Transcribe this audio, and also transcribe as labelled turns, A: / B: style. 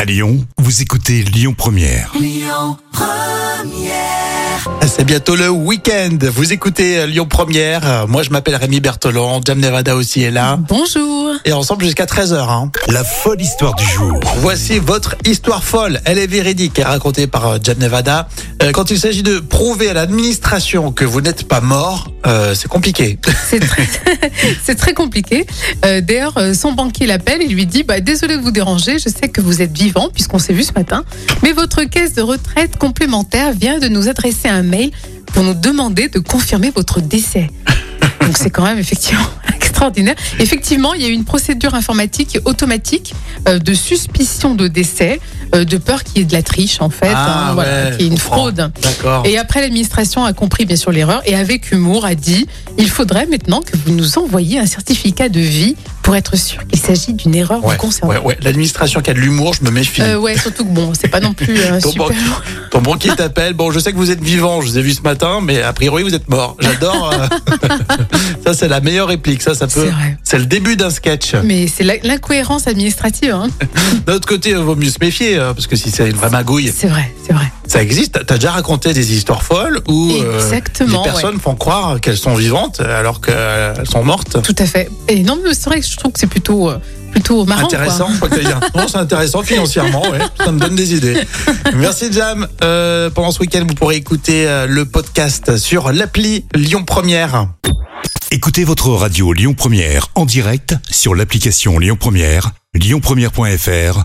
A: À Lyon, vous écoutez Lyon Première.
B: C'est bientôt le week-end. Vous écoutez Lyon Première. Euh, Moi, je m'appelle Rémi Bertolon. Jam Nevada aussi est là.
C: Bonjour.
B: Et ensemble jusqu'à 13h. hein.
A: La folle histoire du jour.
B: Voici votre histoire folle. Elle est véridique et racontée par euh, Jam Nevada. Euh, quand il s'agit de prouver à l'administration que vous n'êtes pas mort, euh, c'est compliqué.
C: C'est très, c'est très compliqué. Euh, D'ailleurs, euh, son banquier l'appelle et lui dit bah, Désolé de vous déranger, je sais que vous êtes vivant, puisqu'on s'est vu ce matin, mais votre caisse de retraite complémentaire vient de nous adresser un mail pour nous demander de confirmer votre décès. Donc, c'est quand même effectivement extraordinaire. Effectivement, il y a eu une procédure informatique et automatique euh, de suspicion de décès, euh, de peur qu'il y ait de la triche, en fait,
B: Ah,
C: hein, voilà,
B: ouais,
C: qu'il y ait
B: je
C: une
B: comprends.
C: fraude.
B: D'accord.
C: Et après, l'administration a compris bien sûr l'erreur et avec humour a dit il faudrait maintenant que vous nous envoyiez un certificat de vie pour être sûr qu'il s'agit d'une erreur
B: Ouais,
C: vous concernant.
B: ouais, ouais. L'administration qui a de l'humour, je me méfie.
C: Euh, ouais, surtout que bon, c'est pas non plus euh,
B: Ton
C: super.
B: banquier. Ton banquier t'appelle. Bon, je sais que vous êtes vivant, je vous ai vu ce matin, mais a priori, vous êtes mort. J'adore. euh, ça, c'est la meilleure réplique. Ça, ça
C: C'est
B: peut.
C: vrai.
B: C'est le début d'un sketch.
C: Mais c'est la- l'incohérence administrative, hein.
B: D'un autre côté, euh, vaut mieux se méfier, euh, parce que si c'est une vraie magouille,
C: C'est vrai, c'est vrai.
B: ça existe. T'as- T'as déjà raconté des histoires folles où euh,
C: Exactement,
B: les personnes font croire qu'elles sont vivantes alors qu'elles sont mortes.
C: Tout à fait. Et non, mais c'est vrai que je trouve que c'est plutôt, euh, plutôt marrant. quoi.
B: intéressant, quoi. qu'il y ait un- Non, c'est intéressant financièrement, ouais. ça me donne des idées. Merci Jam. Euh, pendant ce week-end, vous pourrez écouter euh, le podcast sur l'appli Lyon Première.
A: Écoutez votre radio Lyon Première en direct sur l'application Lyon Première, lyonpremière.fr